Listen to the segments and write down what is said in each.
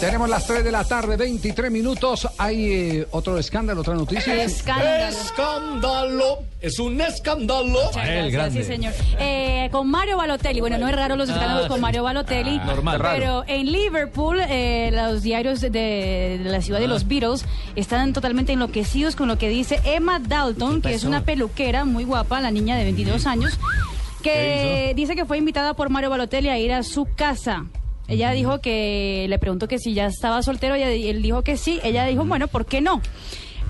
Tenemos las 3 de la tarde, 23 minutos. Hay eh, otro escándalo, otra noticia. Escándalo. Escándalo. Es un escándalo. Muchas Ah, el gracias, grande. Ah, sí, señor. Eh, con Mario Balotelli. Bueno, no es raro los escándalos con Mario Balotelli. normal. Pero en Liverpool, eh, los diarios de, de la Ah. ciudad de los Beatles están totalmente enloquecidos con lo que dice Emma Dalton, que es una peluquera muy guapa, la niña de 22 años, que dice que fue invitada por Mario Balotelli a ir a su casa. Ella dijo que le preguntó que si ya estaba soltero y él dijo que sí. Ella dijo, bueno, ¿por qué no?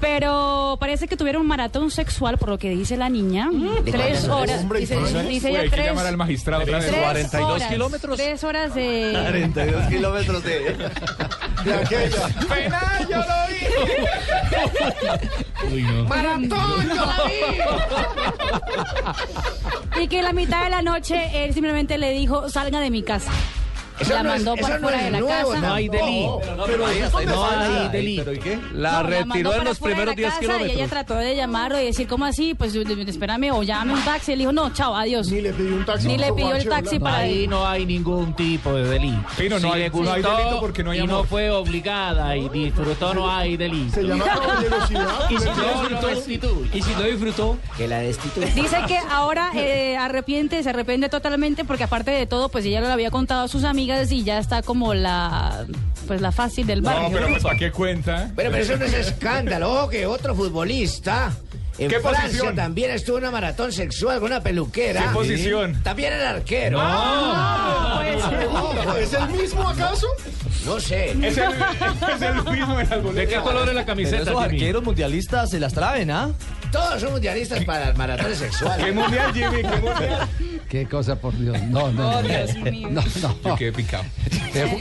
Pero parece que tuvieron un maratón sexual, por lo que dice la niña. Tres horas. Hombre, dice entonces, dice Uy, ella hay que tres, llamar al magistrado otra vez. tres 42 horas, kilómetros. Tres horas de... 42 kilómetros de, de aquella. ¡Penal, yo lo vi! ¡Maratón, yo la vi! Y que en la mitad de la noche él simplemente le dijo, salga de mi casa. la mandó para fuera de la casa. No hay delito. Pero eso es No hay condenada. delito. La No, mandó retiró en para los fuera de la primeros 10 casa Y ella kilómetros. trató de llamarlo y decir, ¿cómo así? Pues espérame o llame un taxi. Él dijo, no, chao, adiós. Ni le pidió un taxi. Ni le pidió el taxi No, para ahí ir. no hay ningún tipo de delito. Pino, no si hay- le no gustó hay delito porque no hay y no amor. fue obligada y disfrutó, no hay delito. Se llama caballerosidad. Y si pero- no lo restituye. Y si no disfrutó, Dice que ahora eh, arrepiente, se arrepiente totalmente porque aparte de todo, pues ella lo había contado a sus amigas y ya está como la pues la fácil del barrio. No, pero pues ¿para qué cuenta? Bueno, pero eso no es escándalo. Ojo que otro futbolista. En ¿Qué Francia posición? también estuvo una maratón sexual con una peluquera. Ah, ¿Qué posición? También el arquero. No, pues, Ojo, ¿Es el mismo acaso? No sé. Es el, es el mismo del algodón. ¿De qué color es la camiseta? esos Jimmy? arqueros mundialistas se las traen, ¿ah? Todos son mundialistas para las maratones ¿Qué sexuales. mundial, Jimmy? ¿Qué mundial? Qué cosa, por Dios. No, no, no. Dios mío. No, no. Qué picado. Eh,